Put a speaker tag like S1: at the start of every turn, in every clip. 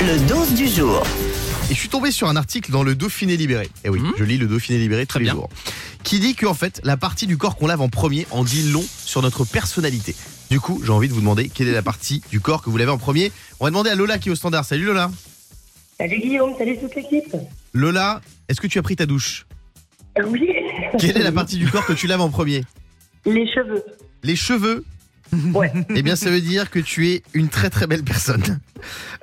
S1: Le dose du jour.
S2: Et je suis tombé sur un article dans le Dauphiné Libéré. Et oui, je lis le Dauphiné Libéré tous les
S3: bien.
S2: jours. Qui dit qu'en fait, la partie du corps qu'on lave en premier en dit long sur notre personnalité. Du coup, j'ai envie de vous demander quelle est la partie du corps que vous lavez en premier. On va demander à Lola qui est au standard. Salut Lola.
S4: Salut Guillaume, salut toute l'équipe.
S2: Lola, est-ce que tu as pris ta douche
S4: Euh, Oui,
S2: Quelle est la partie du corps que tu laves en premier
S4: les cheveux.
S2: Les cheveux
S4: Ouais.
S2: Eh bien, ça veut dire que tu es une très très belle personne.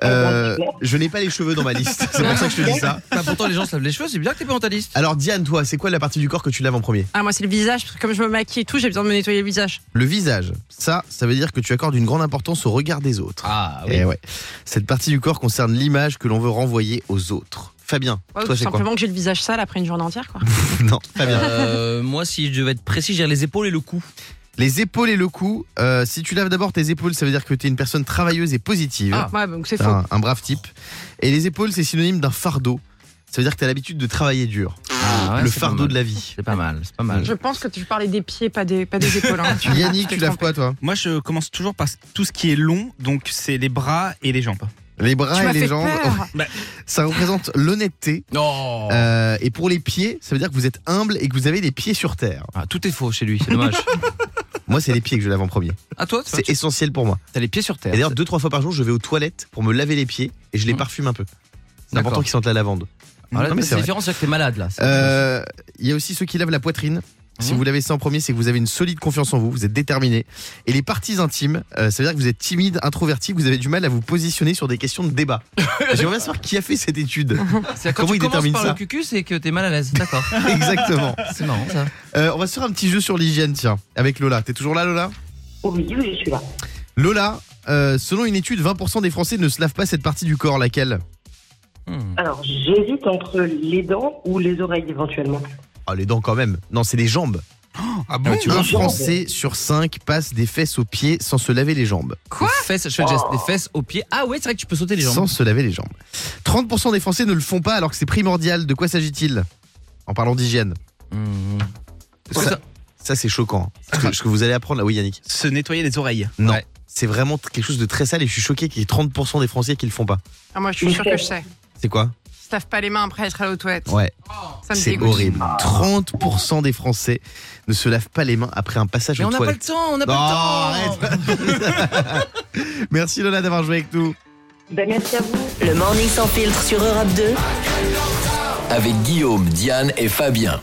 S2: Euh, je n'ai pas les cheveux dans ma liste. C'est pour ça que je te dis ça.
S3: Bah, pourtant, les gens se lavent les cheveux, c'est bien que t'es pas dans ta liste.
S2: Alors Diane, toi, c'est quoi la partie du corps que tu laves en premier
S5: Ah, moi, c'est le visage, parce que comme je me maquille et tout, j'ai besoin de me nettoyer le visage.
S2: Le visage, ça, ça veut dire que tu accordes une grande importance au regard des autres.
S3: Ah
S2: Eh ouais. Cette partie du corps concerne l'image que l'on veut renvoyer aux autres. Fabien,
S5: Ouais,
S2: toi
S5: tout
S2: c'est quoi
S5: simplement que j'ai le visage sale après une journée entière, quoi.
S2: Non, Fabien.
S3: Euh, moi, si je devais être précis, j'ai les épaules et le cou.
S2: Les épaules et le cou. euh, si tu laves d'abord tes épaules, ça veut dire que tu es une personne travailleuse et positive.
S3: Ah,
S5: Ouais, donc c'est
S2: T'es
S5: faux.
S2: un, un brave type. Et les épaules, c'est synonyme d'un fardeau. Ça veut dire que tu as l'habitude de travailler dur. le fardeau de la vie.
S3: C'est Ah, pas mal, c'est pas mal.
S5: Je pense que tu parlais des pieds, pas des, pas des épaules. hein.
S2: Yannick,
S5: t'es
S2: tu laves
S5: trompé.
S2: quoi toi
S6: Moi, je commence toujours par tout ce qui est long, donc c'est les bras et les jambes.
S2: Les
S5: Tu
S2: bras
S5: m'as
S2: et les
S5: fait
S2: jambes. Oh.
S5: peur.
S2: Ça représente l'honnêteté.
S3: Non
S2: Euh, et pour les pieds, ça veut dire que vous êtes humble et que vous avez les pieds sur terre.
S3: Ah, Tout est faux chez lui, c'est dommage.
S2: Moi, c'est les pieds que je lave en premier.
S3: À toi, toi,
S2: C'est essentiel pour moi.
S3: t'as les pieds sur terre.
S2: Et d'ailleurs, deux trois fois par jour, je vais aux toilettes pour me laver les pieds et je les
S3: Mhm.
S2: parfume un peu. C'est
S3: D'accord.
S2: important qu'ils sentent la lavande.
S3: Ah, là,
S2: Non, mais c'est
S3: c'est
S2: vrai.
S3: différent, c'est que t'es malade là. C'est-
S2: Euh, Il y a aussi ceux qui lavent la poitrine. Si
S3: Mhm.
S2: vous lavez ça en premier, c'est que vous avez une solide confiance en vous, vous êtes déterminé. Et les parties intimes, euh, ça veut dire que vous êtes timide, introverti, que vous avez du mal à vous positionner sur des questions de débat. J'aimerais savoir qui a fait cette étude.
S3: C'est-à-dire, quand
S2: comment
S3: tu
S2: il
S3: commences
S2: détermine
S3: par
S2: ça
S3: le cucu, c'est que t'es mal à l'aise. D'accord.
S2: Exactement.
S3: c'est marrant ça.
S2: Euh, on va se faire un petit jeu sur l'hygiène, tiens, avec Lola. T'es toujours là, Lola
S4: Oh Oui, oui, je suis là.
S2: Lola, euh, selon une étude, 20% des Français ne se lavent pas cette partie du corps, laquelle
S3: Hmm.
S4: Alors, j'hésite entre les dents ou les oreilles éventuellement.
S2: Ah, les dents quand même. Non, c'est les jambes.
S6: Ah bon
S4: vois,
S2: un
S4: les jambes.
S2: Français sur cinq passe des fesses aux pieds sans se laver les jambes.
S3: Quoi fesses, Je fais le geste des fesses aux pieds. Ah ouais, c'est vrai que tu peux sauter les jambes.
S2: Sans se laver les jambes. 30% des Français ne le font pas alors que c'est primordial. De quoi s'agit-il En parlant d'hygiène.
S3: Hmm. Est-ce que
S2: Ça,
S3: ça-
S2: ça, c'est choquant. hein. Ce que, ce que vous allez apprendre là, oui Yannick.
S6: Se nettoyer les oreilles.
S2: Non.
S3: Ouais.
S2: C'est vraiment quelque chose de très sale et je suis choqué qu'il y ait 30% des Français qui le font pas.
S5: Ah, moi, je suis sûre que je sais.
S2: C'est quoi
S5: Si tu laves pas les mains après être à aux toilettes,
S2: Ouais.
S5: ça me
S2: C'est
S5: dégoûte.
S2: horrible. 30% des Français ne se lavent pas les mains après un passage
S3: Mais
S2: aux
S3: on n'a pas le
S2: toilettes.
S3: temps, on n'a
S2: Non,
S3: pas le temps.
S2: arrête Merci Lola d'avoir joué avec nous.
S4: Ben, merci à vous.
S1: Le morning sans filtre sur Europe 2.
S7: avec Guillaume, Diane et Fabien.